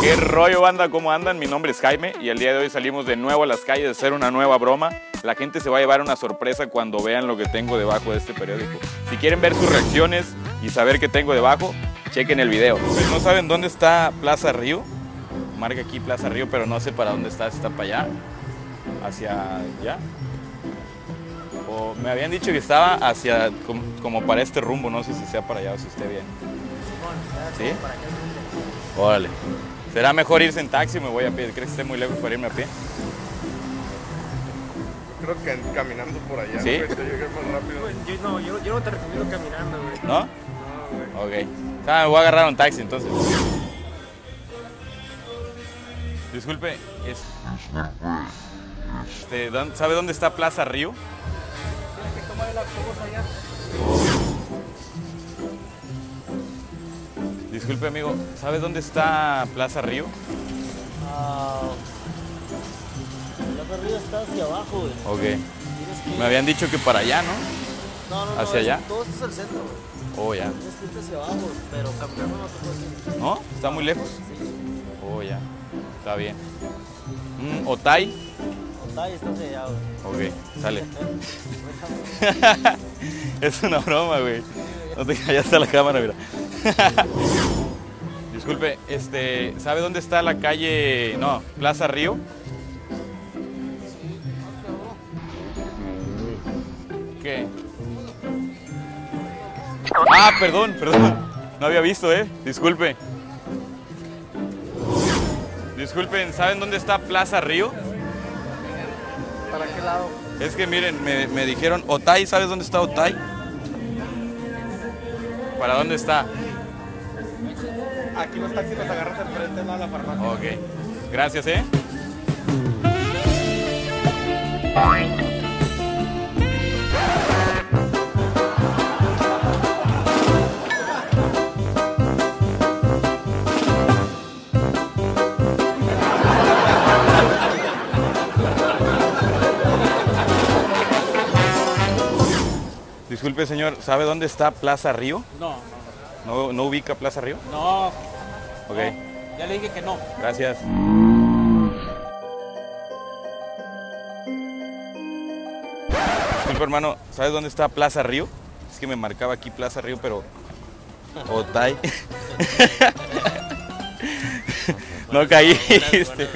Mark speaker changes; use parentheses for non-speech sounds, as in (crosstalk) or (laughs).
Speaker 1: ¿Qué rollo, banda? ¿Cómo andan? Mi nombre es Jaime y el día de hoy salimos de nuevo a las calles a hacer una nueva broma. La gente se va a llevar una sorpresa cuando vean lo que tengo debajo de este periódico. Si quieren ver sus reacciones y saber qué tengo debajo, chequen el video. Si Pues no saben dónde está Plaza Río, marca aquí Plaza Río, pero no sé para dónde está, si está para allá, hacia allá. O me habían dicho que estaba hacia, como, como para este rumbo, no sé si sea para allá o si esté bien. ¿Sí? Órale. ¿Será mejor irse en taxi o me voy a pie? ¿Crees que esté muy lejos para irme a pie?
Speaker 2: Creo que caminando por allá.
Speaker 1: ¿Sí?
Speaker 2: güey, Te llegué más rápido.
Speaker 3: Pues, Yo, no, yo, yo no te recomiendo caminando, güey.
Speaker 1: ¿No?
Speaker 3: No, güey.
Speaker 1: Ok. Ah, me voy a agarrar un taxi entonces. Disculpe, es- Este, ¿dónde- ¿sabe dónde está Plaza Río?
Speaker 3: Tienes que tomar el autobús allá.
Speaker 1: Disculpe, amigo, ¿sabe dónde está Plaza Río?
Speaker 4: Ah, la barriga está hacia abajo, güey.
Speaker 1: Ok.
Speaker 4: Tienes que...
Speaker 1: Me habían dicho que para allá, ¿no?
Speaker 4: No, no, no,
Speaker 1: ¿Hacia
Speaker 4: es-
Speaker 1: allá?
Speaker 4: Todo esto es el centro, güey.
Speaker 1: Oh, ya.
Speaker 4: Tienes que irte hacia abajo, pero caminando no te puedes ir.
Speaker 1: ¿No? ¿Está muy lejos? Oh, ya. Está bien. Mm, ¿Otay?
Speaker 4: Otay está hacia allá, güey.
Speaker 1: Ok, sale. (laughs)
Speaker 4: Déjame.
Speaker 1: es una broma, güey. No te callas a la cámara, mira. (laughs) Disculpe, este, ¿sabe dónde está la calle, no, Plaza Río? ¿Qué? Ah, perdón, perdón. No había visto, eh. Disculpe. Disculpen, ¿saben dónde está Plaza Río?
Speaker 4: ¿Para qué lado?
Speaker 1: Es que miren, me, me dijeron, Otay, ¿sabes dónde está Otay? ¿Para dónde está?
Speaker 3: Aquí los taxis los agarras al frente, no a la farmacia.
Speaker 1: Ok. Gracias, ¿eh? Disculpe, señor, ¿sabe dónde está Plaza Río?
Speaker 5: No,
Speaker 1: ¿No, no ubica Plaza Río?
Speaker 5: no, no,
Speaker 1: Ok.
Speaker 5: ya le dije que no.
Speaker 1: Gracias. Disculpe, hermano, ¿sabes dónde está Plaza Río? Es que me marcaba aquí Plaza Río, pero. (laughs) Otay. este. no caíste.